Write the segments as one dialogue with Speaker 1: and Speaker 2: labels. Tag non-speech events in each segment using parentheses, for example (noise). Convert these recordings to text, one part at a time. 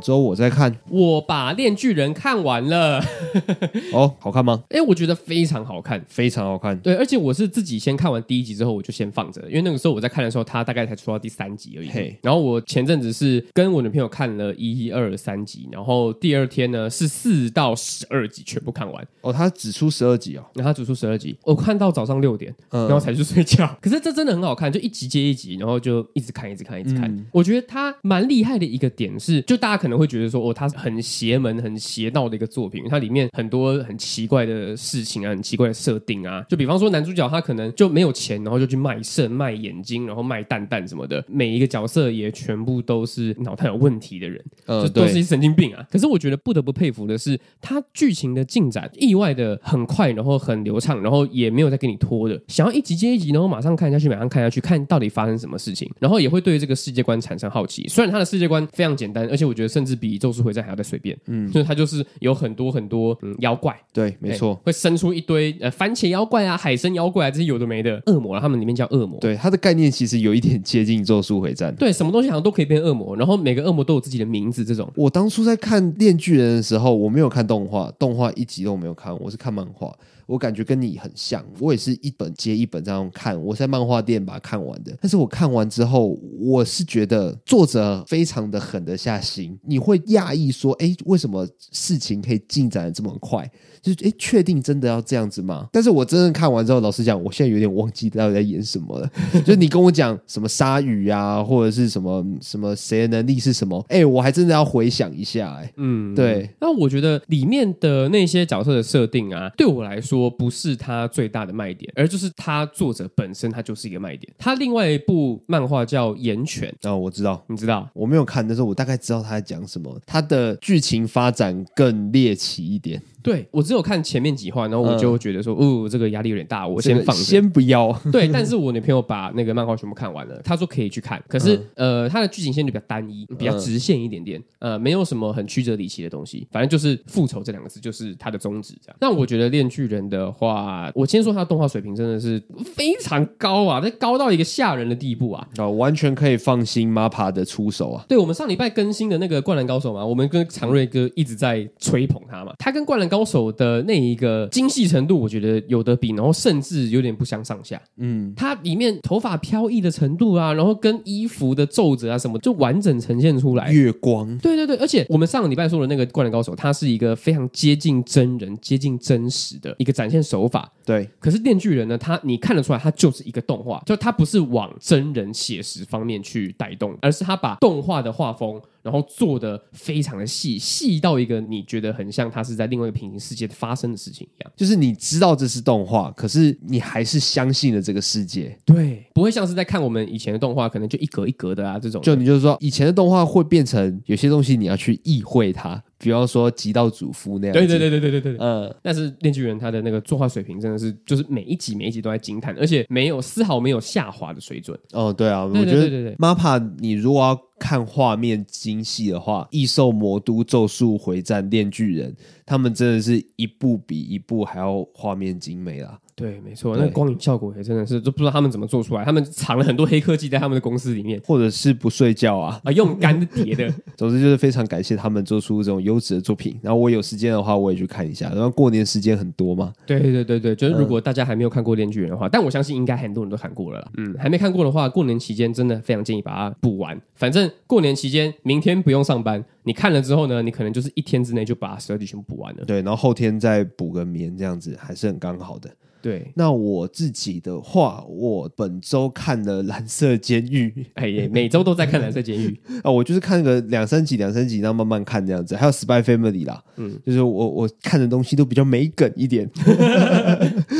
Speaker 1: 周我在 (laughs) 看
Speaker 2: 我把《恋巨人》看完了， (laughs)
Speaker 1: 哦，好看吗？
Speaker 2: 哎，我觉得非常好看。
Speaker 1: 非常好看，
Speaker 2: 对，而且我是自己先看完第一集之后，我就先放着，因为那个时候我在看的时候，它大概才出到第三集而已
Speaker 1: 嘿。
Speaker 2: 然后我前阵子是跟我女朋友看了一、二、三集，然后第二天呢是四到十二集全部看完，
Speaker 1: 哦，它只出十二集哦，
Speaker 2: 然后它只出十二集，我看到早上六点，
Speaker 1: 嗯
Speaker 2: 然后才去睡觉。 (laughs) 可是这真的很好看，就一集接一集，然后就一直看，一直看，一直看。
Speaker 1: 嗯
Speaker 2: 我觉得它蛮厉害的一个点是，就大家可能会觉得说，哦，它很邪门、很邪道的一个作品，它里面很多很奇怪的事情啊，很奇怪的设定啊。就比方说男主角他可能就没有钱，然后就去卖肾、卖眼睛，然后卖蛋蛋什么的。每一个角色也全部都是脑袋有问题的人。
Speaker 1: 呃，
Speaker 2: 就都是
Speaker 1: 对，
Speaker 2: 一神经病啊。可是我觉得不得不佩服的是，它剧情的进展意外的很快，然后很流畅，然后也没有再给你拖的，想要一集接一集，然后马上看下去，马上看下去，看到底发生什么事情，然后也会对这个世界观产生好奇。虽然它的世界观非常简单，而且我觉得甚至比《咒术回战》还要再随便，嗯，就是它就是有很多很多嗯妖怪，
Speaker 1: 对，没错
Speaker 2: 哎，会生出一堆呃番茄妖怪啊、海参妖怪啊这些有的没的恶魔啊，他们里面叫恶魔，
Speaker 1: 对，它的概念其实有一点接近《咒术回战》。
Speaker 2: 对，什么东西好像都可以变恶魔，然后每个恶魔都有自己的名字，这种。
Speaker 1: 我当初在看《恋巨人》的时候，我没有看动画，动画一集都没有看，我是看漫画。我感觉跟你很像，我也是一本接一本这样看，我在漫画店把它看完的。但是我看完之后，我是觉得作者非常的狠得下心，你会讶异说，哎，为什么事情可以进展的这么快？就是哎，确定真的要这样子吗？但是我真正看完之后，老实讲，我现在有点忘记到底在演什么了。就是你跟我讲什么鲨鱼啊，或者是什么什么谁的能力是什么，哎、我还真的要回想一下、哎，
Speaker 2: 嗯，
Speaker 1: 对。
Speaker 2: 那我觉得里面的那些角色的设定啊，对我来说不是它最大的卖点，而就是它作者本身它就是一个卖点。它另外一部漫画叫《岩泉》，
Speaker 1: 哦，我知道。
Speaker 2: 你知道？
Speaker 1: 我没有看，但是我大概知道他在讲什么。他的剧情发展更猎奇一点，
Speaker 2: 对我只有看前面几话，然后我就觉得说，哦，这个压力有点大，我
Speaker 1: 我
Speaker 2: 先放着。
Speaker 1: 先不要。
Speaker 2: (laughs) 对，但是我女朋友把那个漫画全部看完了，她说可以去看，可是、呃，它的剧情线就比较单一，比较直线一点点，呃，没有什么很曲折离奇的东西，反正就是复仇这两个字就是它的宗旨这样。那我觉得《恋巨人》的话，我先说它的动画水平真的是非常高啊，那高到一个吓人的地步啊。
Speaker 1: 哦，完全可以放心 MAPA 的出手啊。
Speaker 2: 对我们上礼拜更新的那个《灌篮高手》嘛，我们跟常瑞哥一直在吹捧他嘛，他跟《灌篮高手》的那一个精细程度，我觉得有得比，然后甚至有点不相上下。
Speaker 1: 嗯，
Speaker 2: 它里面头发飘逸的程度啊，然后跟衣服的皱褶啊什么，就完整呈现出来。
Speaker 1: 月光，
Speaker 2: 对对对，而且我们上个礼拜说的那个《灌篮高手》，它是一个非常接近真人、接近真实的一个展现手法。
Speaker 1: 对，
Speaker 2: 可是《电锯人》呢，它你看得出来，它就是一个动画，就它不是往真人写实方面去带动，而是它把动画的画风，然后做的非常的细，细到一个你觉得很像它是在另外一个平行世界发生的事情一样。
Speaker 1: 就是你知道这是动画，可是你还是相信了这个世界。
Speaker 2: 对，不会像是在看我们以前的动画，可能就一格一格的啊这种的。
Speaker 1: 就你就是说，以前的动画会变成有些东西你要去意会它，比方说《极道主夫》那样。
Speaker 2: 对对，对对对对对对。
Speaker 1: 嗯，
Speaker 2: 但是《恋巨人》他的那个作画水平真的是，就是每一集每一集都在惊叹，而且没有丝毫没有下滑的水准。
Speaker 1: 哦，对啊，
Speaker 2: 对对
Speaker 1: 我
Speaker 2: 对
Speaker 1: 觉
Speaker 2: 对对
Speaker 1: 得 MAPA 你如果要看画面精细的话，《异兽魔都》《咒术回战》《恋巨人》，他们真的是一部比一部还要画面精美啦。
Speaker 2: 对，没错，
Speaker 1: 对
Speaker 2: 那个光影效果也真的是，就不知道他们怎么做出来，他们藏了很多黑科技在他们的公司里面
Speaker 1: 或者是不睡觉啊，
Speaker 2: 啊，用干 (laughs) 的叠的。
Speaker 1: 总之就是非常感谢他们做出这种优质的作品。然后我有时间的话，我也去看一下。然后过年时间很多嘛，
Speaker 2: 对对对对，就是如果大家还没有看过《恋巨人》的话，但我相信应该很多人都看过了啦。嗯，还没看过的话，过年期间真的非常建议把它补完。反正过年期间，明天不用上班，你看了之后呢，你可能就是一天之内就把十二集全部补完了。
Speaker 1: 对，然后后天再补个眠，这样子还是很刚好的。
Speaker 2: 对，
Speaker 1: 那我自己的话，我本周看了《蓝色监狱
Speaker 2: 哎，也每周都在看《蓝色监狱》。》
Speaker 1: 啊，我就是看个两三集、两三集，然后慢慢看这样子。还有《Spy Family》啦，嗯，就是我我看的东西都比较没梗一点， (laughs)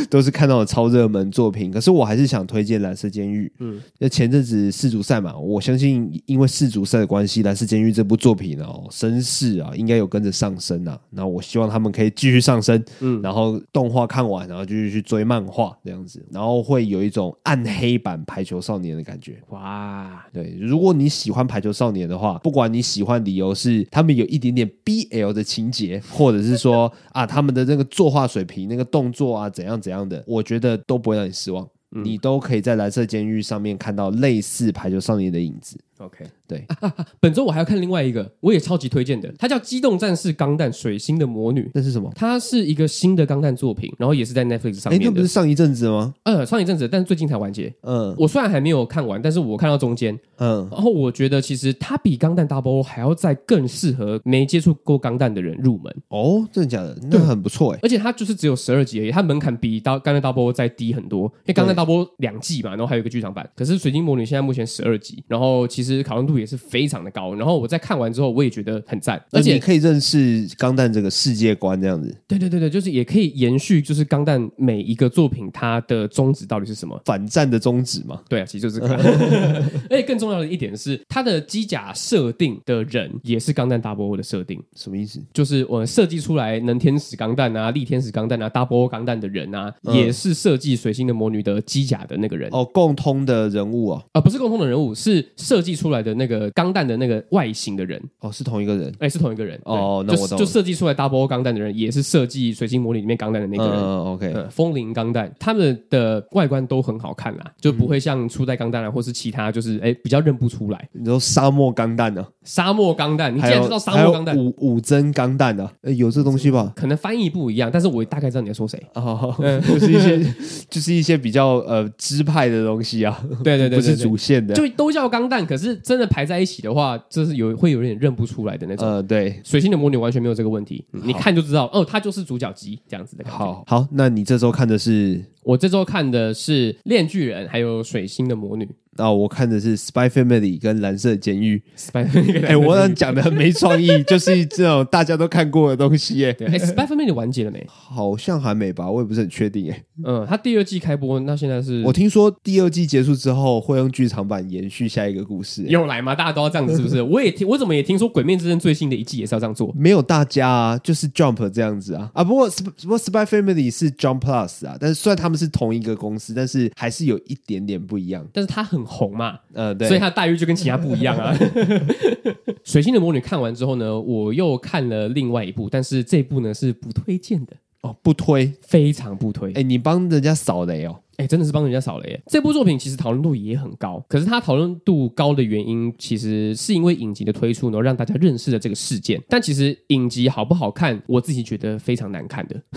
Speaker 1: 都是看到的超热门作品。可是我还是想推荐《蓝色监狱》。嗯，那前阵子世足赛嘛，我相信因为世足赛的关系，《蓝色监狱》这部作品哦，声势啊，应该有跟着上升啊。那我希望他们可以继续上升，嗯，然后动画看完，然后继续去追漫画这样子，然后会有一种暗黑版《排球少年》的感觉。
Speaker 2: 哇，
Speaker 1: 对，如果你喜欢排球少年的话，不管你喜欢理由是他们有一点点 BL 的情节，或者是 (laughs) 说啊他们的那个作画水平、那个动作啊怎样怎样的，我觉得嗯都不会让你失望。你都可以在蓝色监狱上面看到类似排球少年的影子。
Speaker 2: OK，
Speaker 1: 对
Speaker 2: 啊啊啊本周我还要看另外一个，我也超级推荐的，它叫《机动战士钢弹：水星的魔女》，
Speaker 1: 那是什么？
Speaker 2: 它是一个新的钢弹作品，然后也是在 Netflix 上
Speaker 1: 哎，那
Speaker 2: 面
Speaker 1: 不
Speaker 2: 的。
Speaker 1: 是上一阵子吗？
Speaker 2: 呃，上一阵子，但是最近才完结。
Speaker 1: 嗯
Speaker 2: 我虽然还没有看完，但是我看到中间，
Speaker 1: 嗯，
Speaker 2: 然后我觉得其实它比《钢弹 Double》还要再更适合没接触过钢弹的人入门，
Speaker 1: 哦，真的假的？那很不错哎。
Speaker 2: 而且它就是只有十二集而已，它门槛比《到钢弹 Double》再低很多，因为《钢弹 Double》两季嘛，然后还有一个剧场版。可是《水晶魔女》现在目前十二集，然后其实讨论度也是非常的高。然后我在看完之后，我也觉得很赞，而
Speaker 1: 而
Speaker 2: 且
Speaker 1: 且可以认识钢弹这个世界观这样子，
Speaker 2: 对对对对，就是也可以延续，就是钢弹每一个作品它的宗旨到底是什么。
Speaker 1: 反战的宗旨嘛。
Speaker 2: 对啊，其
Speaker 1: (laughs)
Speaker 2: 实就是看。而且更重要的一点是，它的机甲设定的人也是钢弹 Double O 的设定，
Speaker 1: 什么意思？
Speaker 2: 就是我设计出来能天使钢弹啊、力天使钢弹啊、Double O 钢弹的人啊，
Speaker 1: 嗯
Speaker 2: 也是设计水星的魔女的机甲的那个人。
Speaker 1: 哦，共通的人物哦，
Speaker 2: 啊，不是共同的人物，是设计出来的那个钢弹的那个外形的人，
Speaker 1: 哦，是同一个人。
Speaker 2: 哎，是同一个人对
Speaker 1: 哦那
Speaker 2: 就
Speaker 1: 我懂
Speaker 2: 就
Speaker 1: 了
Speaker 2: 设计出来 Double O 钢弹的人，也是设计水星魔女里面钢弹的那
Speaker 1: 嗯
Speaker 2: 个人。
Speaker 1: 嗯，OK，
Speaker 2: 呃，风铃钢弹，他们的外观都很好看啦，就不会像初代钢弹啊，或是其他，就是哎比较认不出来。
Speaker 1: 你说沙漠钢弹呢？
Speaker 2: 沙漠钢弹，你竟
Speaker 1: 还
Speaker 2: 然
Speaker 1: 有
Speaker 2: 知道沙
Speaker 1: 还有
Speaker 2: 漠钢弹，
Speaker 1: 五五针钢弹呢？呃有这东西吧？
Speaker 2: 可能翻译不一样，但是我大概知道你在说谁。
Speaker 1: (laughs) 哦，就是一些就是一些比较呃支派的东西啊，
Speaker 2: 对对对对对
Speaker 1: 不是主线的。
Speaker 2: 就都叫钢弹，可是真的排在一起的话，就是有会有点认不出来的那种。
Speaker 1: 呃，对，
Speaker 2: 水星的魔女完全没有这个问题，你看就知道，哦，它就是主角机这样子的感觉。
Speaker 1: 好好，那你这周看的是？
Speaker 2: 我这周看的是《恋巨人》，还有《水星的魔女 (laughs)
Speaker 1: 那、我看的是《Spy Family》跟《蓝色监狱》。》
Speaker 2: Spy。
Speaker 1: 哎、我 (laughs) 想讲的很没创意，就是这种大家都看过的东西、哎，
Speaker 2: 对，哎，Spy Family 完结
Speaker 1: (laughs)
Speaker 2: 了没？
Speaker 1: 好像还没吧，我也不是很确定、哎，
Speaker 2: 嗯，它第二季开播，那现在是
Speaker 1: 我听说第二季结束之后会用剧场版延续下一个故事、哎
Speaker 2: 又来嘛，大家都要这样子，是不是？我也听，我怎么也听说《鬼灭之刃》最新的一季也是要这样做。
Speaker 1: 没有大家啊，就是 Jump 这样子啊啊！不过 Sp- 不过 Spy Family 是 Jump Plus 啊，但是虽然他们是同一个公司，但是还是有一点点不一样。
Speaker 2: 但是它很红嘛，
Speaker 1: 呃，对，
Speaker 2: 所以它的待遇就跟其他不一样啊。水星的魔女看完之后呢，我又看了另外一部，但是这部呢是不推荐的，
Speaker 1: 哦不推，
Speaker 2: 非常不推。
Speaker 1: 哎、
Speaker 2: 哎、
Speaker 1: 你帮人家扫雷哦，
Speaker 2: 真的是帮人家少了耶。这部作品其实讨论度也很高，可是它讨论度高的原因，其实是因为影集的推出呢，让大家认识了这个事件。但其实影集好不好看，我自己觉得非常难看的。 (laughs)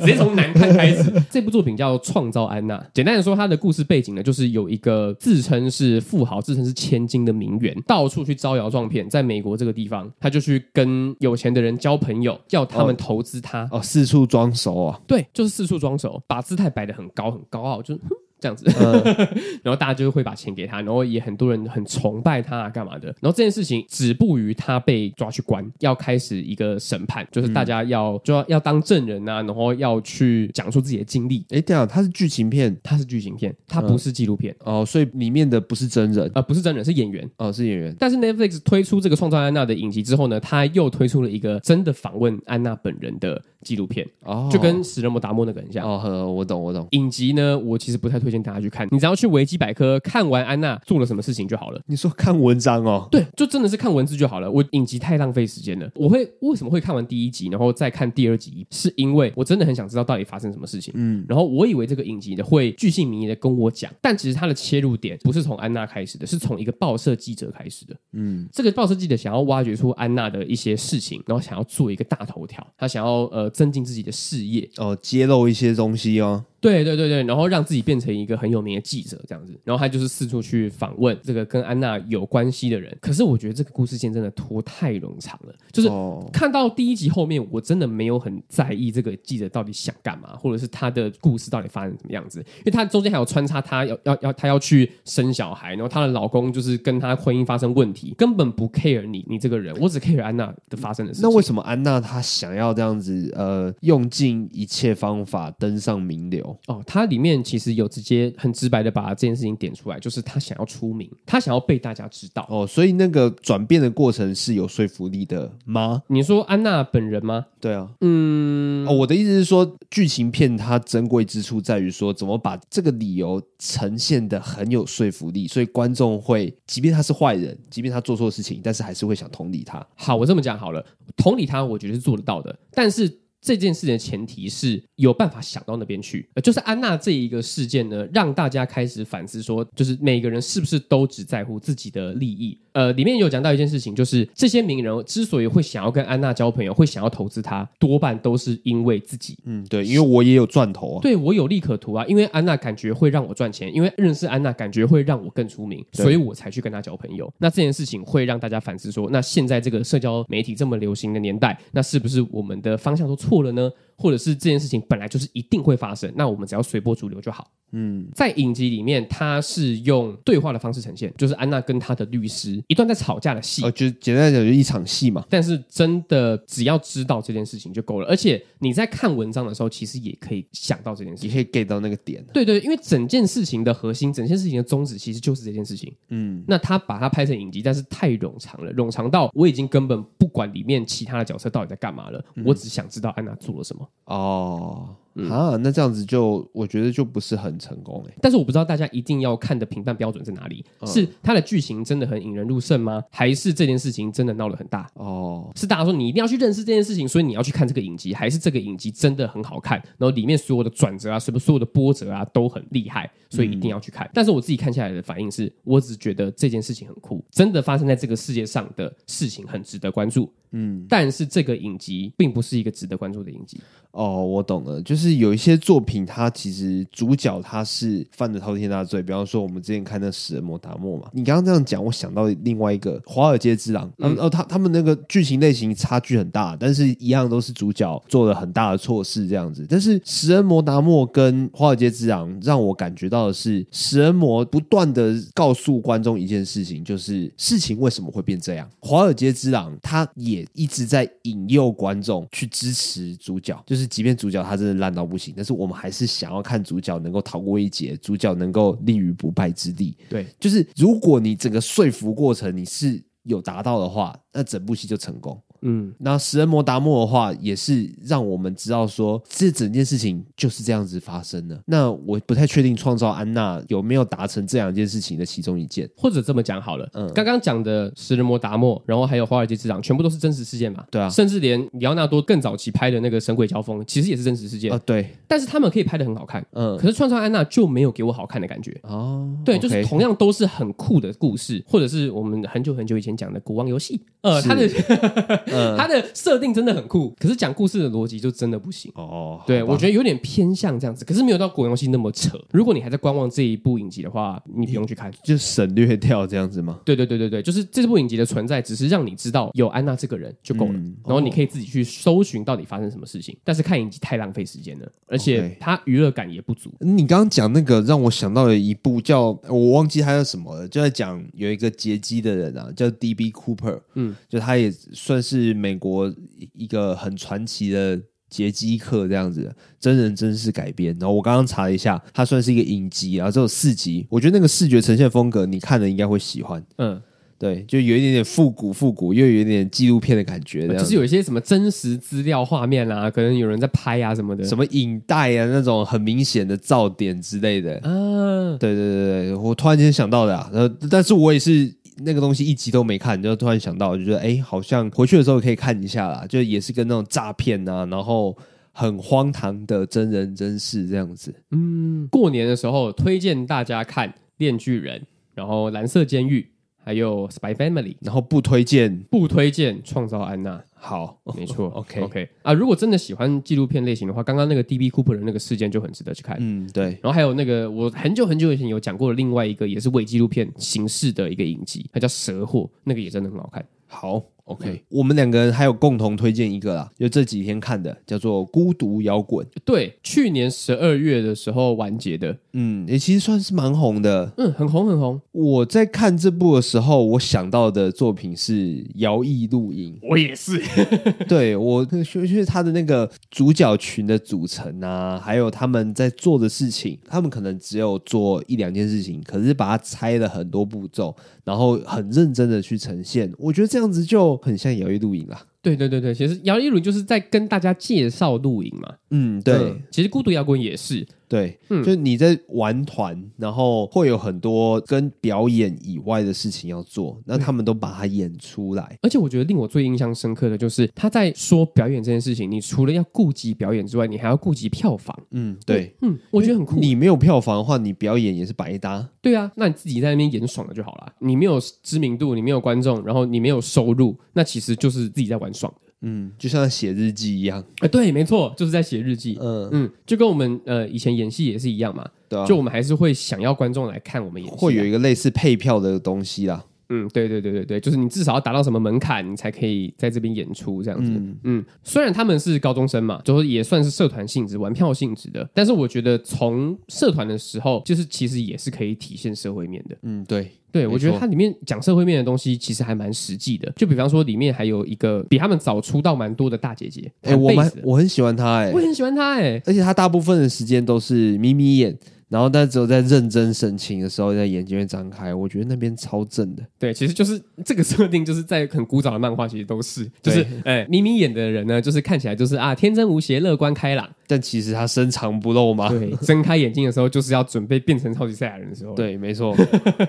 Speaker 2: 直接从难看开始。这部作品叫《创造安娜》，简单的说，它的故事背景呢，就是有一个自称是富豪、自称是千金的名媛，到处去招摇撞骗，在美国这个地方，他就去跟有钱的人交朋友，要他们投资他。
Speaker 1: 哦四处装熟啊，
Speaker 2: 对，就是四处装熟，把姿态摆得很高，很高傲，就是。哼这样子， (laughs) 然后大家就会把钱给他，然后也很多人很崇拜他啊，干嘛的？然后这件事情止步于他被抓去关，要开始一个审判，就是大家要、就要要当证人啊，然后要去讲述自己的经历。
Speaker 1: 哎，对啊，它是剧情片
Speaker 2: 它是剧情片，它不是纪录片，
Speaker 1: 哦，所以里面的不是真人
Speaker 2: 呃，不是真人，是演员。
Speaker 1: 哦，是演员。
Speaker 2: 但是 Netflix 推出这个《创造安娜》的影集之后呢，他又推出了一个真的访问安娜本人的纪录片，
Speaker 1: 哦，
Speaker 2: 就跟《食人魔达摩》那个很像。
Speaker 1: 哦，呵我懂，我懂。
Speaker 2: 影集呢，我其实不太推荐大家去看，你只要去维基百科看完安娜做了什么事情就好了。
Speaker 1: 你说看文章哦，
Speaker 2: 对，就真的是看文字就好了。我影集太浪费时间了。我会为什么会看完第一集，然后再看第二集，是因为我真的很想知道到底发生什么事情。嗯，然后我以为这个影集的会巨细靡遗的跟我讲，但其实它的切入点不是从安娜开始的，是从一个报社记者开始的。
Speaker 1: 嗯，
Speaker 2: 这个报社记者想要挖掘出安娜的一些事情，然后想要做一个大头条，他想要呃增进自己的事业，
Speaker 1: 哦，揭露一些东西哦，
Speaker 2: 对对对对，然后让自己变成一个很有名的记者这样子，然后他就是四处去访问这个跟安娜有关系的人。可是我觉得这个故事线真的拖太冗长了，就是
Speaker 1: 哦，
Speaker 2: 看到第一集后面，我真的没有很在意这个记者到底想干嘛，或者是他的故事到底发生什么样子，因为他中间还有穿插他要要要他要去生小孩，然后她的老公就是跟她婚姻发生问题，根本不 care 你你这个人，我只 care 安娜的发生的事情。
Speaker 1: 那为什么安娜她想要这样子呃，用尽一切方法登上名流？
Speaker 2: 哦，它里面其实有直接很直白的把这件事情点出来，就是他想要出名，他想要被大家知道。
Speaker 1: 哦，所以那个转变的过程是有说服力的吗？
Speaker 2: 你说安娜本人吗？
Speaker 1: 对啊，
Speaker 2: 嗯，
Speaker 1: 哦，我的意思是说，剧情片它珍贵之处在于说，怎么把这个理由呈现的很有说服力，所以观众会，即便他是坏人，即便他做错事情，但是还是会想同理他。
Speaker 2: 好，我这么讲好了，同理他，我觉得是做得到的，但是。这件事情的前提是有办法想到那边去，呃就是安娜这一个事件呢，让大家开始反思说，就是每个人是不是都只在乎自己的利益？呃，里面有讲到一件事情，就是这些名人之所以会想要跟安娜交朋友，会想要投资她，多半都是因为自己
Speaker 1: 嗯，对，因为我也有赚头啊，
Speaker 2: 对我有利可图啊，因为安娜感觉会让我赚钱，因为认识安娜感觉会让我更出名，
Speaker 1: 对
Speaker 2: 所以我才去跟她交朋友。那这件事情会让大家反思说，那现在这个社交媒体这么流行的年代，那是不是我们的方向都错了呢？或者是这件事情本来就是一定会发生，那我们只要随波逐流就好。
Speaker 1: 嗯，
Speaker 2: 在影集里面，它是用对话的方式呈现，就是安娜跟她的律师一段在吵架的戏，
Speaker 1: 呃，就简单来讲，就一场戏嘛，
Speaker 2: 但是真的只要知道这件事情就够了。而且你在看文章的时候，其实也可以想到这件事情
Speaker 1: 你。可以 get 到那个点，
Speaker 2: 对对，因为整件事情的核心，整件事情的宗旨其实就是这件事情。
Speaker 1: 嗯，
Speaker 2: 那他把它拍成影集，但是太冗长了，冗长到我已经根本不管里面其他的角色到底在干嘛了，我只想知道安娜做了什么。
Speaker 1: 哦，啊，那这样子就我觉得就不是很成功哎、
Speaker 2: 但是我不知道大家一定要看的评判标准在哪里，是它的剧情真的很引人入胜吗？还是这件事情真的闹得很大？
Speaker 1: 哦，
Speaker 2: 是大家说你一定要去认识这件事情，所以你要去看这个影集，还是这个影集真的很好看，然后里面所有的转折啊，什么所有的波折啊都很厉害，所以一定要去看。
Speaker 1: 嗯
Speaker 2: 但是我自己看下来的反应是，我只觉得这件事情很酷，真的发生在这个世界上的事情很值得关注。嗯，但是这个影集并不是一个值得关注的影集。
Speaker 1: 哦，我懂了，就是有一些作品，它其实主角他是犯了滔天大罪，比方说我们之前看那《食人魔达摩》嘛，你刚刚这样讲，我想到另外一个《华尔街之狼》嗯，哦，他他们那个剧情类型差距很大，但是一样都是主角做了很大的错事这样子，但是《食人魔达摩》跟《华尔街之狼》让我感觉到的是，食人魔不断的告诉观众一件事情，就是事情为什么会变这样。《华尔街之狼》他也一直在引诱观众去支持主角，就是即便主角他真的烂到不行，但是我们还是想要看主角能够逃过一劫，主角能够立于不败之地。
Speaker 2: 对，
Speaker 1: 就是如果你整个说服过程你是有达到的话，那整部戏就成功。
Speaker 2: 嗯，
Speaker 1: 那食人魔达摩的话，也是让我们知道说，这整件事情就是这样子发生的。那我不太确定创造安娜有没有达成这两件事情的其中一件。
Speaker 2: 或者这么讲好了，
Speaker 1: 嗯
Speaker 2: 刚刚讲的《食人魔达摩》，然后还有《华尔街之狼》，全部都是真实事件嘛？
Speaker 1: 对啊
Speaker 2: 甚至连里奥纳多更早期拍的那个《神鬼交锋》，其实也是真实事件，
Speaker 1: 啊，对，
Speaker 2: 但是他们可以拍的很好看。
Speaker 1: 嗯，
Speaker 2: 可是串串安娜就没有给我好看的感觉。
Speaker 1: 哦，
Speaker 2: 对，就是
Speaker 1: OK
Speaker 2: 同样都是很酷的故事，或者是我们很久很久以前讲的《国王游戏》，呃，
Speaker 1: 是
Speaker 2: 它的
Speaker 1: 嗯
Speaker 2: (laughs) 它的设定真的很酷，可是讲故事的逻辑就真的不行。
Speaker 1: 哦，
Speaker 2: 对，我
Speaker 1: 得
Speaker 2: 觉得有点偏向这样子，可是没有到《国王游戏》那么扯。如果你还在观望这一部影集的话，你不用去看。
Speaker 1: 就省略掉这样子吗？
Speaker 2: 对对对对对，就是这部影集的存在，只是让你知道有安娜这个人就够了，
Speaker 1: 嗯
Speaker 2: 然后你可以自己去搜寻到底发生什么事情。但是看影集太浪费时间了，而且
Speaker 1: OK
Speaker 2: 它娱乐感也不足。
Speaker 1: 你刚刚讲那个让我想到了一部叫我忘记它叫什么了，就在讲有一个劫机的人啊，叫 D.B. Cooper，嗯，就他也算是美国一个很传奇的劫机客这样子，真人真事改编。然后我刚刚查了一下，它算是一个影集，然后只有四集，我觉得那个视觉呈现风格你看了应该会喜欢，
Speaker 2: 嗯，
Speaker 1: 对，就有一点点复古复古，又有一点纪录片的感觉，这样
Speaker 2: 呃就
Speaker 1: 子
Speaker 2: 是有一些什么真实资料画面啊，可能有人在拍啊什么的。
Speaker 1: 什么影带啊那种很明显的噪点之类的，
Speaker 2: 啊？
Speaker 1: 对对对对，我突然间想到的、啊，呃，但是我也是那个东西一集都没看，就突然想到，就觉得哎，诶好像回去的时候可以看一下啦，就也是跟那种诈骗啊，然后很荒唐的真人真事这样子。
Speaker 2: 嗯，过年的时候推荐大家看《恋巨人》，然后《蓝色监狱》，还有《Spy Family》。
Speaker 1: 然后不推荐，
Speaker 2: 不推荐《创造安娜》，
Speaker 1: 好，
Speaker 2: 没错
Speaker 1: 哦 (laughs) OK
Speaker 2: OK 啊！如果真的喜欢纪录片类型的话，刚刚那个 D.B. Cooper 的那个事件就很值得去看。
Speaker 1: 嗯，对，
Speaker 2: 然后还有那个我很久很久以前有讲过的另外一个也是伪纪录片形式的一个影集，它叫《蛇祸》，那个也真的很好看。
Speaker 1: 好，OK，、我
Speaker 2: 嗯
Speaker 1: 们两个人还有共同推荐一个啦，就这几天看的，叫做《孤独摇滚》，
Speaker 2: 对，去年十二月的时候完结的，
Speaker 1: 嗯，也其实算是蛮红的。
Speaker 2: 嗯，很红很红。
Speaker 1: 我在看这部的时候，我想到的作品是摇曳露营。
Speaker 2: 我也是，
Speaker 1: 对我就是他的那个主角群的组成啊，还有他们在做的事情，他们可能只有做一两件事情，可是把它拆了很多步骤，然后很认真的去呈现。我觉得这样子就很像摇曳露营啦。
Speaker 2: 对对对对，其实摇一轮就是在跟大家介绍露营嘛。
Speaker 1: 嗯，对，
Speaker 2: 嗯其实孤独摇滚也是。
Speaker 1: 对，
Speaker 2: 嗯
Speaker 1: 就你在玩团，然后会有很多跟表演以外的事情要做，那他们都把它演出来。
Speaker 2: 而且我觉得令我最印象深刻的就是他在说表演这件事情，你除了要顾及表演之外，你还要顾及票房。
Speaker 1: 嗯，对，
Speaker 2: 嗯，我觉得很酷。
Speaker 1: 你没有票房的话，你表演也是白搭。
Speaker 2: 对啊，那你自己在那边演爽了就好了。你没有知名度，你没有观众，然后你没有收入，那其实就是自己在玩爽的。
Speaker 1: 嗯，就像写日记一样。
Speaker 2: 哎、对，没错，就是在写日记。
Speaker 1: 嗯，
Speaker 2: 嗯，就跟我们呃以前演戏也是一样嘛，
Speaker 1: 对啊，
Speaker 2: 就我们还是会想要观众来看我们演戏啊、
Speaker 1: 会有一个类似配票的东西啦。
Speaker 2: 嗯，对对对对对，就是你至少要达到什么门槛，你才可以在这边演出这样子。嗯
Speaker 1: 嗯
Speaker 2: 虽然他们是高中生嘛，就是也算是社团性质、玩票性质的，但是我觉得从社团的时候，就是其实也是可以体现社会面的。
Speaker 1: 嗯，对，
Speaker 2: 对，
Speaker 1: 没
Speaker 2: 我觉得
Speaker 1: 错
Speaker 2: 它里面讲社会面的东西其实还蛮实际的。就比方说，里面还有一个比他们早出道蛮多的大姐姐，
Speaker 1: 哎、
Speaker 2: 弹
Speaker 1: 我
Speaker 2: 贝
Speaker 1: 蛮
Speaker 2: 斯的
Speaker 1: 我很喜欢他、哎
Speaker 2: 我，也很喜欢她哎、
Speaker 1: 而且他大部分的时间都是眯眯眼，然后但只有在认真神情的时候，在眼睛会张开。我觉得那边超正的。
Speaker 2: 对，其实就是这个设定，就是在很古早的漫画，其实都是，就是哎，眯眯眼的人呢，就是看起来就是啊，天真无邪、乐观开朗。
Speaker 1: 但其实他深藏不露嘛。
Speaker 2: 对，啊睁开眼睛的时候就是要准备变成超级赛亚人的时候。，
Speaker 1: 对，没错， (laughs)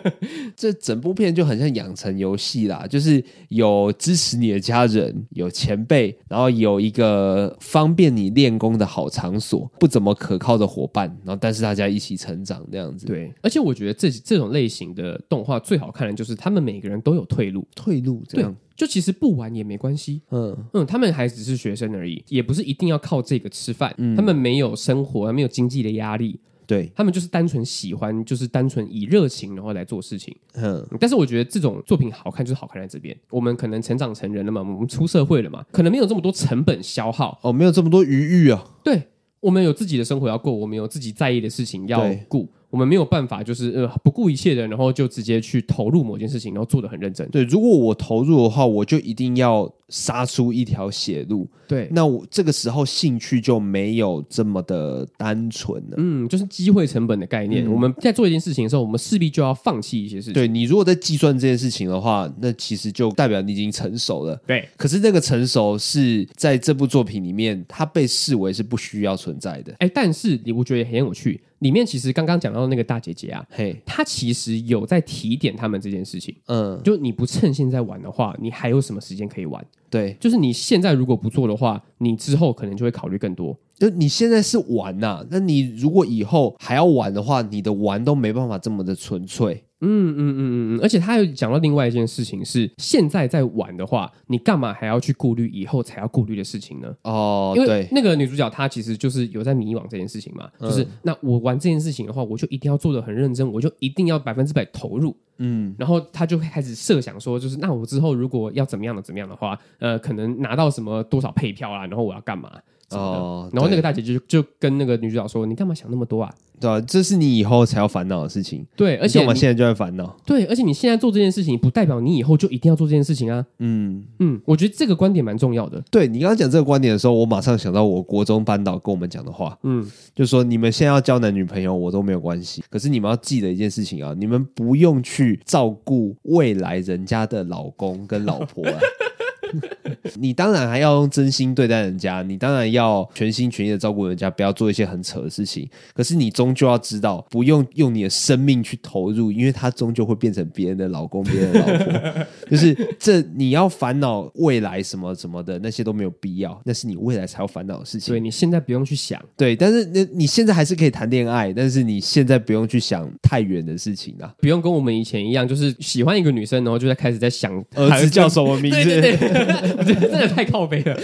Speaker 1: 这整部片就很像养成游戏啦，就是有支持你的家人，有前辈，然后有一个方便你练功的好场所，不怎么可靠的伙伴，然后但是大家一起成长这样子。，
Speaker 2: 对，而且我觉得这这种类型的动画最好看的就是他们每个人都有退路，
Speaker 1: 退路这
Speaker 2: 对
Speaker 1: 样，，
Speaker 2: 就其实不玩也没关系。
Speaker 1: 嗯
Speaker 2: 嗯，他们还只是学生而已，也不是一定要靠这个吃饭。他们没有生活，没有经济的压力，
Speaker 1: 对，
Speaker 2: 他们就是单纯喜欢，就是单纯以热情然后来做事情。
Speaker 1: 嗯
Speaker 2: 嗯但是我觉得这种作品好看就是好看在这边，我们可能成长成人了嘛，我们出社会了嘛，可能没有这么多成本消耗，
Speaker 1: 哦，没有这么多余裕啊，
Speaker 2: 对我们有自己的生活要过，我们有自己在意的事情要
Speaker 1: 对
Speaker 2: 顾，我们没有办法就是呃不顾一切的，然后就直接去投入某件事情，然后做的很认真。
Speaker 1: 对，如果我投入的话，我就一定要杀出一条血路，
Speaker 2: 对，
Speaker 1: 那我这个时候兴趣就没有这么的单纯了。
Speaker 2: 嗯，就是机会成本的概念。我们在做一件事情的时候，我们势必就要放弃一些事情。
Speaker 1: 嗯对你如果在计算这件事情的话，那其实就代表你已经成熟了。
Speaker 2: 对
Speaker 1: 可是那个成熟是在这部作品里面，它被视为是不需要存在的。
Speaker 2: 哎，但是你我觉得也很有趣，里面其实刚刚讲到的那个大姐姐啊。
Speaker 1: 嘿，
Speaker 2: 她其实有在提点他们这件事情，
Speaker 1: 嗯，
Speaker 2: 就你不趁现在玩的话，你还有什么时间可以玩？
Speaker 1: 对，
Speaker 2: 就是你现在如果不做的话，你之后可能就会考虑更多。
Speaker 1: 就你现在是玩呐、那你如果以后还要玩的话，你的玩都没办法这么的纯粹。
Speaker 2: 嗯嗯嗯嗯嗯，而且他有讲到另外一件事情是，现在在玩的话，你干嘛还要去顾虑以后才要顾虑的事情呢？
Speaker 1: 哦，
Speaker 2: 因为
Speaker 1: 对，嗯
Speaker 2: 那个女主角她其实就是有在迷惘这件事情嘛，就是那我玩这件事情的话，我就一定要做的很认真，我就一定要百分之百投入。
Speaker 1: 嗯，
Speaker 2: 然后她就会开始设想说，就是那我之后如果要怎么样的怎么样的话，呃，可能拿到什么多少配票啦，啊然后我要干嘛什么的。
Speaker 1: 哦，
Speaker 2: 然后那个
Speaker 1: 对
Speaker 2: 大姐就就跟那个女主角说：“你干嘛想那么多啊
Speaker 1: 对啊，这是你以后才要烦恼的事情，？”
Speaker 2: 对，而且
Speaker 1: 我
Speaker 2: 你
Speaker 1: 现在就在烦恼。
Speaker 2: 对，而且你现在做这件事情，不代表你以后就一定要做这件事情啊。
Speaker 1: 嗯，
Speaker 2: 嗯，我觉得这个观点蛮重要的。
Speaker 1: 对你刚刚讲这个观点的时候，我马上想到我国中班导跟我们讲的话。
Speaker 2: 嗯，
Speaker 1: 就说你们现在要交男女朋友，我都没有关系。可是你们要记得一件事情啊，你们不用去照顾未来人家的老公跟老婆啊。 (laughs) 你当然还要用真心对待人家，你当然要全心全意的照顾人家，不要做一些很扯的事情。可是你终究要知道，不用用你的生命去投入，因为他终究会变成别人的老公、别人的老婆。 (laughs) 就是这，你要烦恼未来什么什么的那些都没有必要，那是你未来才要烦恼的事情
Speaker 2: 所以。你现在不用去想，
Speaker 1: 对，但是你你现在还是可以谈恋爱，但是你现在不用去想太远的事情啊啦。
Speaker 2: 不用跟我们以前一样，就是喜欢一个女生，然后就在开始在想
Speaker 1: 儿子叫什么名字？
Speaker 2: 对对对，我觉得
Speaker 1: (laughs)
Speaker 2: 真的太靠背了，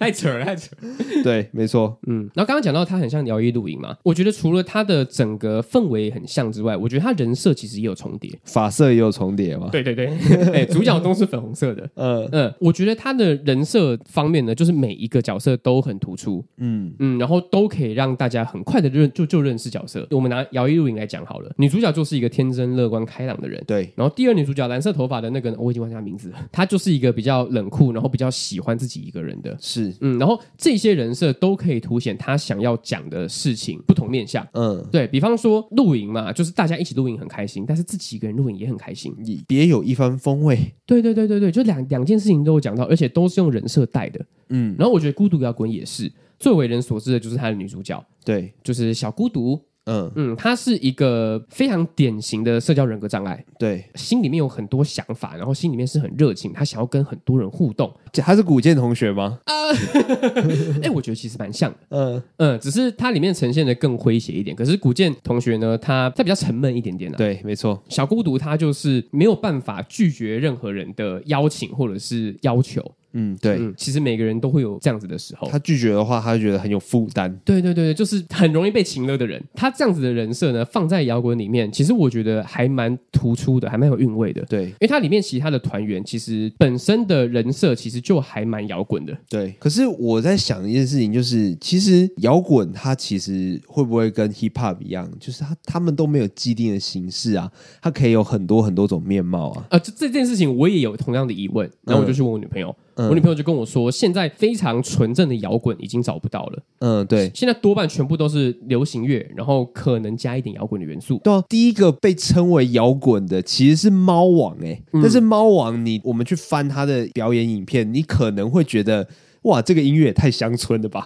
Speaker 2: 太扯了，太扯了。
Speaker 1: 对没错，
Speaker 2: 嗯，然后刚刚讲到他很像疗愈露营嘛，我觉得除了他的整个氛围很像之外，我觉得他人设其实也有重叠。
Speaker 1: 发色也有重叠嘛。
Speaker 2: 对对对，哎，主角都是粉红色的。
Speaker 1: 呃，
Speaker 2: 嗯，我觉得他的人设方面呢，就是每一个角色都很突出，
Speaker 1: 嗯，
Speaker 2: 嗯，然后都可以让大家很快的认就就认识角色。我们拿摇曳露营来讲好了，女主角就是一个天真、乐观、开朗的人。
Speaker 1: 对，
Speaker 2: 然后第二女主角蓝色头发的那个呢，我已经忘记她名字了，她就是一个比较冷酷，然后比较喜欢自己一个人的。
Speaker 1: 是，
Speaker 2: 嗯，然后这些人设都可以凸显她想要讲的事情不同面向。
Speaker 1: 嗯，
Speaker 2: 对比方说露营嘛，就是大家一起露营很开心，但是自己一个人露营也很开心。
Speaker 1: 你别有一番风味。
Speaker 2: 对对对对对，就两两件事情都有讲到，而且都是用人设带的。
Speaker 1: 嗯，
Speaker 2: 然后我觉得《孤独摇滚》也是，最为人所知的就是他的女主角，
Speaker 1: 对，
Speaker 2: 就是小孤独。
Speaker 1: 嗯，
Speaker 2: 嗯，她是一个非常典型的社交人格障碍，
Speaker 1: 对，
Speaker 2: 心里面有很多想法，然后心里面是很热情，她想要跟很多人互动。
Speaker 1: 他是古剑同学吗？
Speaker 2: 哎，我觉得其实蛮像的，
Speaker 1: 嗯，
Speaker 2: 嗯，只是它里面呈现的更诙谐一点。可是古剑同学呢，他他比较沉闷一点点啊。
Speaker 1: 对，没错，
Speaker 2: 小孤独他就是没有办法拒绝任何人的邀请或者是要求。
Speaker 1: 嗯，对，
Speaker 2: 嗯，其实每个人都会有这样子的时候。
Speaker 1: 他拒绝的话，他就觉得很有负担。
Speaker 2: 对对对，对就是很容易被情勒的人，他这样子的人设呢，放在摇滚里面，其实我觉得还蛮突出的，还蛮有韵味的。因
Speaker 1: 对
Speaker 2: 为它里面其他的团员其实本身的人设其实就还蛮摇滚的，
Speaker 1: 对，可是我在想一件事情，就是其实摇滚它其实会不会跟 hip hop 一样，就是它他们都没有既定的形式啊，它可以有很多很多种面貌啊。
Speaker 2: 呃，这这件事情我也有同样的疑问，然后我就去问我女朋友，
Speaker 1: 嗯
Speaker 2: 我女朋友就跟我说，现在非常纯正的摇滚已经找不到了，
Speaker 1: 嗯，对，
Speaker 2: 现在多半全部都是流行乐，然后可能加一点摇滚的元素。
Speaker 1: 对、啊，第一个被称为摇滚的其实是猫王哎、
Speaker 2: 嗯
Speaker 1: 但是猫王你我们去翻他的表演影片，你可能会觉得。哇，这个音乐也太乡村了
Speaker 2: (laughs)
Speaker 1: 吧！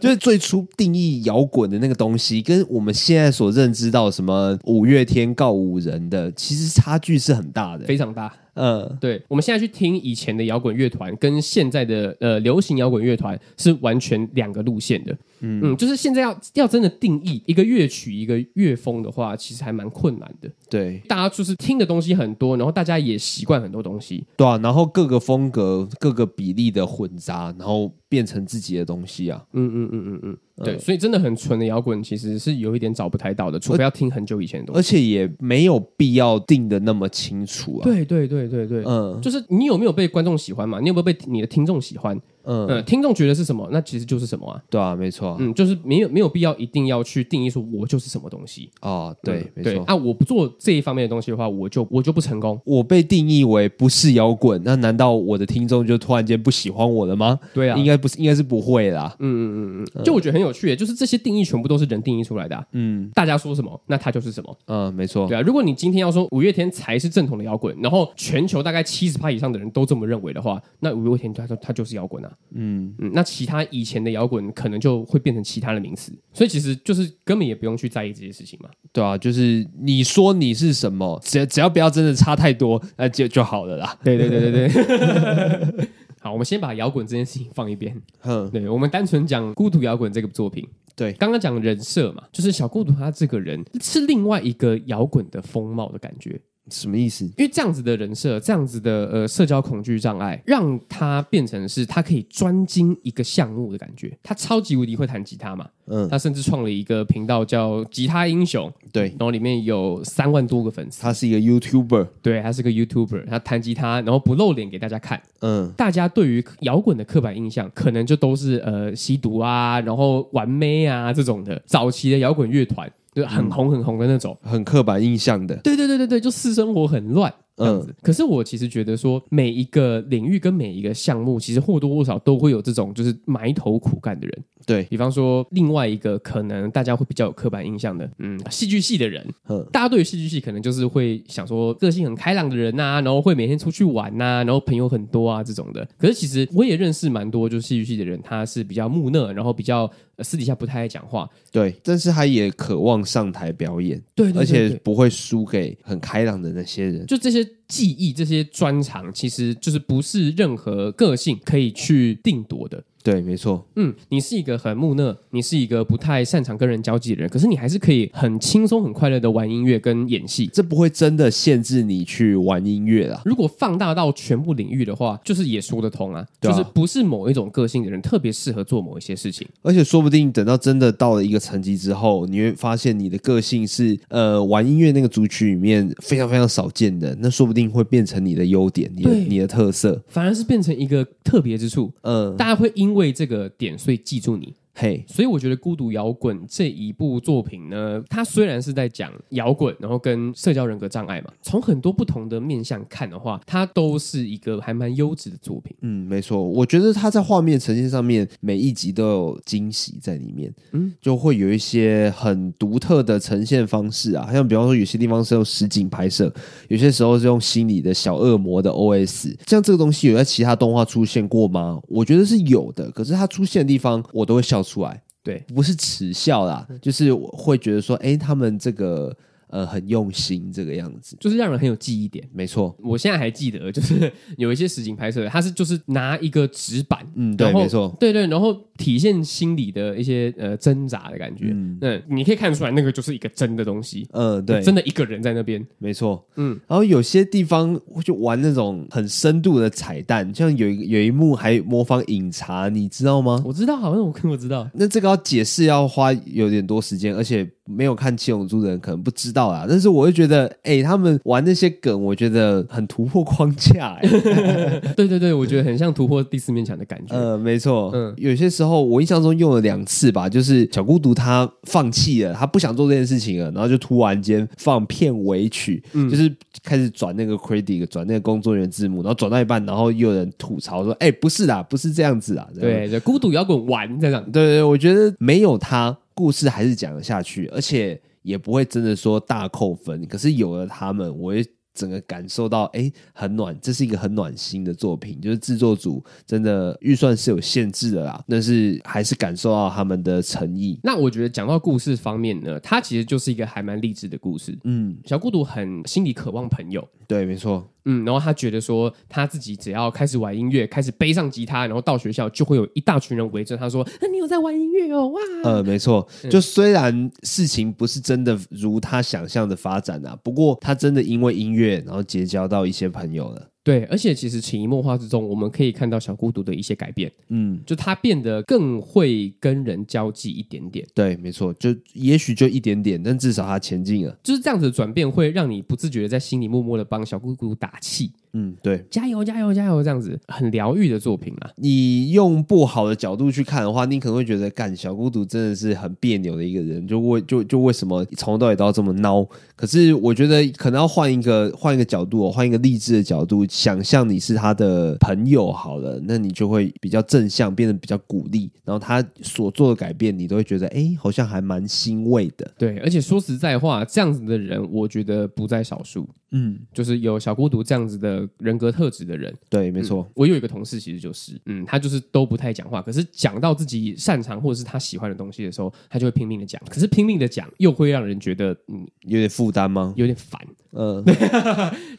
Speaker 1: 就是最初定义摇滚的那个东西，跟我们现在所认知到什么五月天告五人的，其实差距是很大的。
Speaker 2: 非常大，
Speaker 1: 嗯，
Speaker 2: 对我们现在去听以前的摇滚乐团，跟现在的呃流行摇滚乐团是完全两个路线的。嗯就是现在要要真的定义一个乐曲一个乐风的话，其实还蛮困难的。
Speaker 1: 对，
Speaker 2: 大家就是听的东西很多，然后大家也习惯很多东西。
Speaker 1: 对啊。然后各个风格、各个比例的混杂，然后变成自己的东西啊。
Speaker 2: 嗯嗯嗯嗯嗯，对，所以真的很纯的摇滚其实是有一点找不太到的，除非要听很久以前的东
Speaker 1: 而
Speaker 2: 西。
Speaker 1: 且也没有必要定的那么清楚啊。，
Speaker 2: 呃对对对对对，
Speaker 1: 嗯
Speaker 2: 呃就是你有没有被观众喜欢嘛？你有没有被你的听众喜欢？
Speaker 1: 嗯，
Speaker 2: 嗯，听众觉得是什么，那其实就是什么啊。
Speaker 1: 对啊，没错啊。
Speaker 2: 嗯，就是没有没有必要一定要去定义说我就是什么东西。
Speaker 1: 哦，对，
Speaker 2: 嗯
Speaker 1: 没
Speaker 2: 对
Speaker 1: 错。
Speaker 2: 啊，我不做这一方面的东西的话，我就我就不成功。
Speaker 1: 我被定义为不是摇滚，那难道我的听众就突然间不喜欢我了吗？
Speaker 2: 对啊
Speaker 1: 应该不是，应该是不会啦。
Speaker 2: 嗯嗯嗯嗯，就我觉得很有趣耶，就是这些定义全部都是人定义出来的啊、
Speaker 1: 嗯
Speaker 2: 大家说什么，那它就是什么。
Speaker 1: 嗯，没错
Speaker 2: 对。啊，如果你今天要说五月天才是正统的摇滚，然后全球大概七十趴以上的人都这么认为的话，那五月天它就它就是摇滚啊。
Speaker 1: 嗯，
Speaker 2: 嗯，那其他以前的摇滚可能就会变成其他的名词，所以其实就是根本也不用去在意这些事情嘛。
Speaker 1: 对啊，就是你说你是什么，只只要不要真的差太多，那就就好了啦。
Speaker 2: 对对对对对。 (laughs) 好，我们先把摇滚这件事情放一边。
Speaker 1: 哼，
Speaker 2: 对，我们单纯讲《孤独摇滚》这个作品。
Speaker 1: 对
Speaker 2: 刚刚讲人设嘛，就是小孤独他这个人是另外一个摇滚的风貌的感觉。
Speaker 1: 什么意思？
Speaker 2: 因为这样子的人设，这样子的呃社交恐惧障碍，让他变成是他可以专精一个项目的感觉。他超级无敌会弹吉他嘛，
Speaker 1: 嗯，
Speaker 2: 他甚至创了一个频道叫“吉他英雄”，
Speaker 1: 对，
Speaker 2: 然后里面有三万多个粉丝。
Speaker 1: 他是一个 YouTuber。
Speaker 2: 对，他是个 YouTuber，他弹吉他，然后不露脸给大家看。
Speaker 1: 嗯，
Speaker 2: 大家对于摇滚的刻板印象，可能就都是呃吸毒啊，然后玩妹啊这种的。早期的摇滚乐团就很红很红的那种。
Speaker 1: 很刻板印象的。
Speaker 2: 对对对对对，就私生活很乱这样
Speaker 1: 嗯
Speaker 2: 子。可是我其实觉得说，每一个领域跟每一个项目，其实或多或少都会有这种就是埋头苦干的人。
Speaker 1: 对，
Speaker 2: 比方说，另外一个可能大家会比较有刻板印象的，嗯，戏剧系的人，
Speaker 1: 嗯
Speaker 2: 大家对于戏剧系可能就是会想说，个性很开朗的人啊呐、然后会每天出去玩呐、然后朋友很多啊这种的。可是其实我也认识蛮多，就是戏剧系的人，他是比较木讷，然后比较、呃私底下不太爱讲话。
Speaker 1: 对，但是他也渴望上台表演，
Speaker 2: 对
Speaker 1: 而
Speaker 2: 对对
Speaker 1: 且
Speaker 2: 对，
Speaker 1: 不会输给很开朗的那些人。
Speaker 2: 就这些技艺、这些专长，其实就是不是任何个性可以去定夺的。
Speaker 1: 对，没错。
Speaker 2: 嗯，你是一个很木讷，你是一个不太擅长跟人交际的人，可是你还是可以很轻松、很快乐的玩音乐跟演戏。
Speaker 1: 这不会真的限制你去玩音乐啦。
Speaker 2: 如果放大到全部领域的话，就是也说得通啊，
Speaker 1: 对啊
Speaker 2: 就是不是某一种个性的人特别适合做某一些事情。
Speaker 1: 而且说不定等到真的到了一个层级之后，你会发现你的个性是呃玩音乐那个族群里面非常非常少见的，那说不定会变成你的优点，你的
Speaker 2: 对
Speaker 1: 你的特色。
Speaker 2: 反而是变成一个特别之处，
Speaker 1: 嗯、
Speaker 2: 大家会因为这个点所以记住你。
Speaker 1: 嘿，
Speaker 2: 所以我觉得《孤独摇滚》这一部作品呢，它虽然是在讲摇滚，然后跟社交人格障碍嘛，从很多不同的面向看的话，它都是一个还蛮优质的作品。
Speaker 1: 嗯，没错，我觉得他在画面呈现上面，每一集都有惊喜在里面，嗯，就会有一些很独特的呈现方式啊，像比方说有些地方是用实景拍摄，有些时候是用心理的小恶魔的 OS，像这个东西有在其他动画出现过吗？我觉得是有的，可是它出现的地方我都会笑出来，
Speaker 2: 对，
Speaker 1: 不是耻笑啦，就是我会觉得说，哎、他们这个呃很用心这个样子，
Speaker 2: 就是让人很有记忆点。
Speaker 1: 没错，
Speaker 2: 我现在还记得，就是有一些实景拍摄，它是就是拿一个纸板，
Speaker 1: 嗯，对，
Speaker 2: 然后
Speaker 1: 没错，
Speaker 2: 对对，然后体现心理的一些呃挣扎的感觉。
Speaker 1: 嗯
Speaker 2: 那你可以看出来，那个就是一个真的东西，
Speaker 1: 嗯，对，
Speaker 2: 真的一个人在那边。
Speaker 1: 没错，
Speaker 2: 嗯
Speaker 1: 嗯，然后有些地方会就玩那种很深度的彩蛋，像有一有一幕还模仿饮茶，你知道吗？
Speaker 2: 我知道，好像我跟我知道，
Speaker 1: 那这个要解释要花有点多时间，而且没有看《七龙珠》的人可能不知道啦。啊但是我会觉得，哎、他们玩那些梗，我觉得很突破框架、欸。
Speaker 2: (laughs) 对对对，我觉得很像突破第四面墙的感觉。
Speaker 1: 呃，没错，
Speaker 2: 嗯
Speaker 1: 嗯，有些时候我印象中用了两次吧，就是小孤独他放弃了，他不想做这件事情了，然后就突然间放片尾曲，
Speaker 2: 嗯
Speaker 1: 就是开始转那个 credit，转那个工作人员字幕，然后转到一半，然后又有人吐槽说：“哎、不是啦，不是这样子啦。”这样
Speaker 2: 对对，孤独摇滚玩这样。
Speaker 1: 对对，我觉得没有他，故事还是讲得下去，而且也不会真的说大扣分。可是有了他们，我会整个感受到，哎，很暖，这是一个很暖心的作品。就是制作组真的预算是有限制的啦，但是还是感受到他们的诚意。
Speaker 2: 那我觉得讲到故事方面呢，它其实就是一个还蛮励志的故事。
Speaker 1: 嗯，
Speaker 2: 小孤独很心里渴望朋友，
Speaker 1: 对，没错，
Speaker 2: 嗯，然后他觉得说他自己只要开始玩音乐，开始背上吉他，然后到学校就会有一大群人围着他说：“那、你有在玩音乐哦，哇！”
Speaker 1: 呃，没错。就虽然事情不是真的如他想象的发展啊，不过他真的因为音乐，然后结交到一些朋友了。
Speaker 2: 对，而且其实潜移默化之中，我们可以看到小孤独的一些改变，
Speaker 1: 嗯，
Speaker 2: 就他变得更会跟人交际一点点，
Speaker 1: 对，没错，就也许就一点点，但至少他前进了。
Speaker 2: 就是这样子的转变会让你不自觉的在心里默默的帮小孤独打气，
Speaker 1: 嗯，对，
Speaker 2: 加油加油加油，这样子很疗愈的作品啊啦。
Speaker 1: 你用不好的角度去看的话，你可能会觉得，干小孤独真的是很别扭的一个人，就为就就为什么从头到尾都要这么孬？可是我觉得可能要换一个换一个角度、哦，换一个励志的角度，想象你是他的朋友好了，那你就会比较正向，变得比较鼓励，然后他所做的改变，你都会觉得，哎，好像还蛮欣慰的。
Speaker 2: 对，而且说实在话，这样子的人我觉得不在少数，
Speaker 1: 嗯，
Speaker 2: 就是有小孤独这样子的人格特质的人，
Speaker 1: 对，没错。
Speaker 2: 我有一个同事，其实就是，嗯，他就是都不太讲话，可是讲到自己擅长或者是他喜欢的东西的时候，他就会拼命的讲。可是拼命的讲，又会让人觉得，嗯，
Speaker 1: 有点负担吗？
Speaker 2: 有点烦。
Speaker 1: (laughs) 嗯、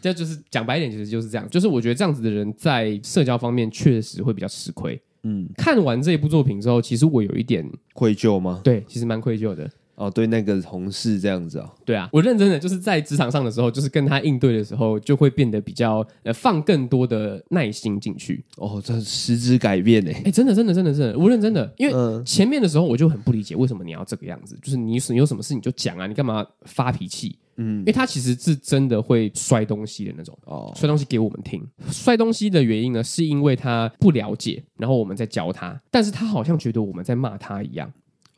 Speaker 2: 这就是讲白一点，其实就是这样。就是我觉得这样子的人在社交方面确实会比较吃亏。
Speaker 1: 嗯，
Speaker 2: 看完这一部作品之后，其实我有一点，
Speaker 1: 愧疚吗？
Speaker 2: 对，其实蛮愧疚的。
Speaker 1: 哦，对，那个同事这样子哦。
Speaker 2: 对啊，我认真的就是在职场上的时候，就是跟他应对的时候，就会变得比较呃放更多的耐心进去。
Speaker 1: 哦，这实质改变欸呢、
Speaker 2: 哎、真的，真的，真的，真的，我认真的，因为
Speaker 1: 嗯
Speaker 2: 前面的时候我就很不理解为什么你要这个样子，就是你你有什么事你就讲啊，你干嘛发脾气？嗯，因为他其实是真的会摔东西的那种，
Speaker 1: 哦，
Speaker 2: 摔东西给我们听。摔东西的原因呢，是因为他不了解，然后我们在教他，但是他好像觉得我们在骂他一样。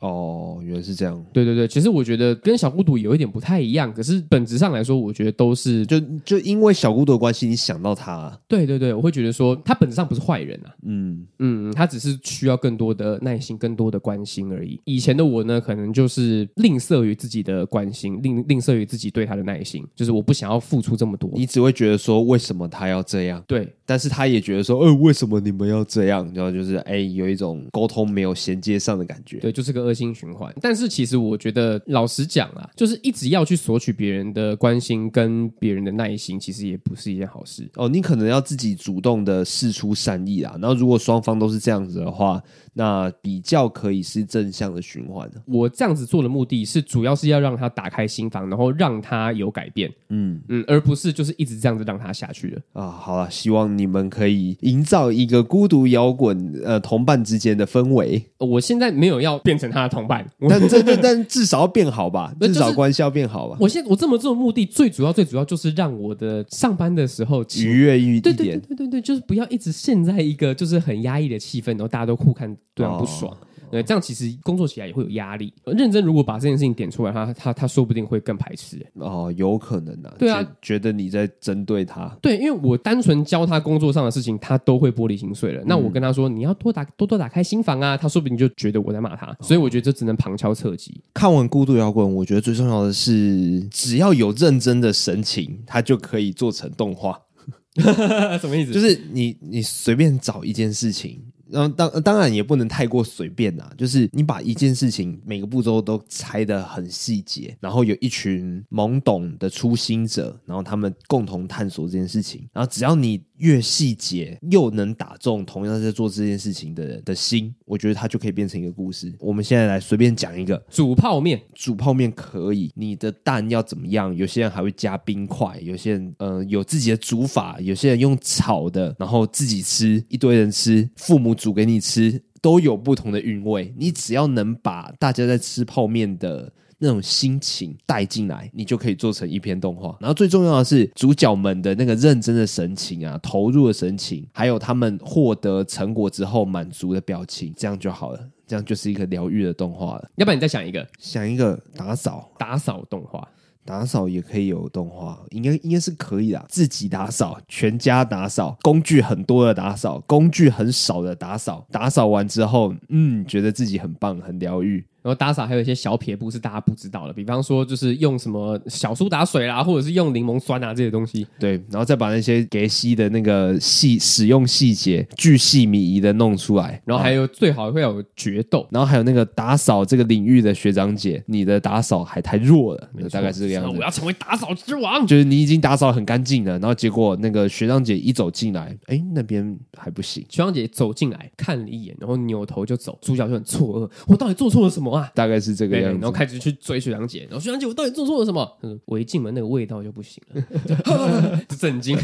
Speaker 1: 哦，原来是这样。
Speaker 2: 对对对，其实我觉得跟小孤独有一点不太一样，可是本质上来说，我觉得都是
Speaker 1: 就就因为小孤独的关系，你想到他，啊
Speaker 2: 对对对，我会觉得说他本质上不是坏人啊，
Speaker 1: 嗯，
Speaker 2: 嗯，他只是需要更多的耐心、更多的关心而已。以前的我呢，可能就是吝啬于自己的关心，吝吝啬于自己对他的耐心，就是我不想要付出这么多。
Speaker 1: 你只会觉得说为什么他要这样，
Speaker 2: 对
Speaker 1: 但是他也觉得说，呃，为什么你们要这样？然后就是哎，有一种沟通没有衔接上的感觉。
Speaker 2: 对，就是个恶性循环。但是其实我觉得，老实讲啊，就是一直要去索取别人的关心跟别人的耐心，其实也不是一件好事。
Speaker 1: 哦，你可能要自己主动的试出善意啊。然后如果双方都是这样子的话，那比较可以是正向的循环啊的。
Speaker 2: 我这样子做的目的是，主要是要让他打开心房，然后让他有改变，
Speaker 1: 嗯
Speaker 2: 嗯，而不是就是一直这样子让他下去了。
Speaker 1: 啊，好了，希望你们可以营造一个孤独摇滚呃同伴之间的氛围。
Speaker 2: 我现在没有要变成他的同伴， (laughs) 我
Speaker 1: 但这这但至少要变好吧，
Speaker 2: (laughs) 那就
Speaker 1: 至
Speaker 2: 是
Speaker 1: 少关系要变好吧，
Speaker 2: 我现在我这么做的目的，最主要最主要就是让我的上班的时候情
Speaker 1: 愉悦一
Speaker 2: 对
Speaker 1: 一
Speaker 2: 对对
Speaker 1: 点。
Speaker 2: 对对对，就是不要一直陷在一个就是很压抑的气氛，然后大家都互看对方不爽。对，这样其实工作起来也会有压力。认真如果把这件事情点出来，他他他说不定会更排斥、
Speaker 3: 哦，有可能啊，
Speaker 2: 对啊
Speaker 3: 觉，觉得你在针对他，
Speaker 2: 对，因为我单纯教他工作上的事情，他都会玻璃心碎了。那我跟他说，你要多打多多打开心房啊，他说不定就觉得我在骂他。所以我觉得这只能旁敲侧击。
Speaker 1: 看完《孤独摇滚》，我觉得最重要的是，只要有认真的神情，它就可以做成动画。
Speaker 2: (laughs) 什么意思？
Speaker 1: 就是是你你随便找一件事情，然后当当然也不能太过随便啦，就是你把一件事情每个步骤都拆得很细节，然后有一群懵懂的初心者，然后他们共同探索这件事情，然后只要你越细节，又能打中同样在做这件事情的人的心，我觉得它就可以变成一个故事。我们现在来随便讲一个，
Speaker 2: 煮泡面，
Speaker 1: 煮泡面可以，你的蛋要怎么样？有些人还会加冰块，有些人呃有自己的煮法，有些人用炒的，然后自己吃，一堆人吃，父母煮给你吃，都有不同的韵味。你只要能把大家在吃泡面的。那种心情带进来，你就可以做成一篇动画。然后最重要的是，主角们的那个认真的神情啊，投入的神情，还有他们获得成果之后满足的表情，这样就好了。这样就是一个疗愈的动画了。
Speaker 2: 要不然你再想一个
Speaker 1: 想一个打扫，
Speaker 2: 打扫动画。
Speaker 1: 打扫也可以有动画，应该应该是可以的。自己打扫，全家打扫，工具很多的打扫，工具很少的打扫。打扫完之后，嗯，觉得自己很棒，很疗愈。
Speaker 2: 然后打扫还有一些小撇步是大家不知道的，比方说就是用什么小苏打水啦，或者是用柠檬酸啊这些东西。
Speaker 1: 对，然后再把那些给吸的那个细使用细节巨细靡遗的弄出来，
Speaker 2: 然后还有最好会有决斗，
Speaker 1: 然后还有那个打扫这个领域的学长姐，你的打扫还太弱了，大概是这个样子
Speaker 2: 我。要成为打扫之王。
Speaker 1: 就是你已经打扫很干净了，然后结果那个学长姐一走进来，哎，那边还不行。
Speaker 2: 学长姐走进来看了一眼，然后扭头就走，主角就很错愕，我到底做错了什么啊？
Speaker 1: 大概是这个
Speaker 2: 对，
Speaker 1: 样子，
Speaker 2: 然后开始去追学长姐，然后学长姐，我到底做错了什么？她说我一进门那个味道就不行了，就震惊。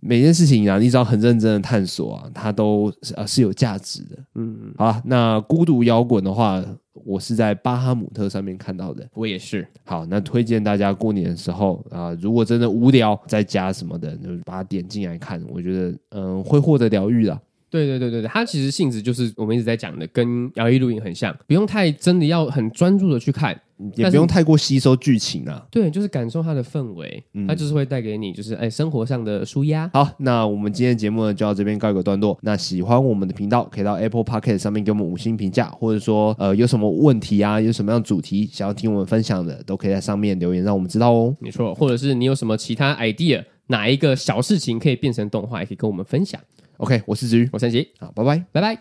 Speaker 1: 每件事情啊，你只要很认真的探索啊，它都是呃是有价值的。
Speaker 2: 嗯，
Speaker 1: 好啦，那孤独摇滚的话，我是在巴哈姆特上面看到的。
Speaker 2: 我也是，
Speaker 1: 好，那推荐大家过年的时候啊、如果真的无聊在家什么的，就把它点进来看，我觉得嗯、会获得疗愈啦。
Speaker 2: 对对对对对，它其实性质就是我们一直在讲的，跟摇曳露营很像，不用太真的要很专注的去看，
Speaker 1: 也不用太过吸收剧情啊啦。
Speaker 2: 对，就是感受它的氛围，它就是会带给你就是哎生活上的舒压。
Speaker 1: 好，那我们今天的节目呢就到这边告一个段落。那喜欢我们的频道，可以到 Apple Podcast 上面给我们五星评价，或者说呃有什么问题啊，有什么样的主题想要听我们分享的，都可以在上面留言让我们知道哦。
Speaker 2: 没错，或者是你有什么其他 idea，哪一个小事情可以变成动画，也可以跟我们分享。
Speaker 1: OK，我是子瑜，啊
Speaker 2: 我是三吉，
Speaker 1: 好，拜拜。
Speaker 2: 拜拜。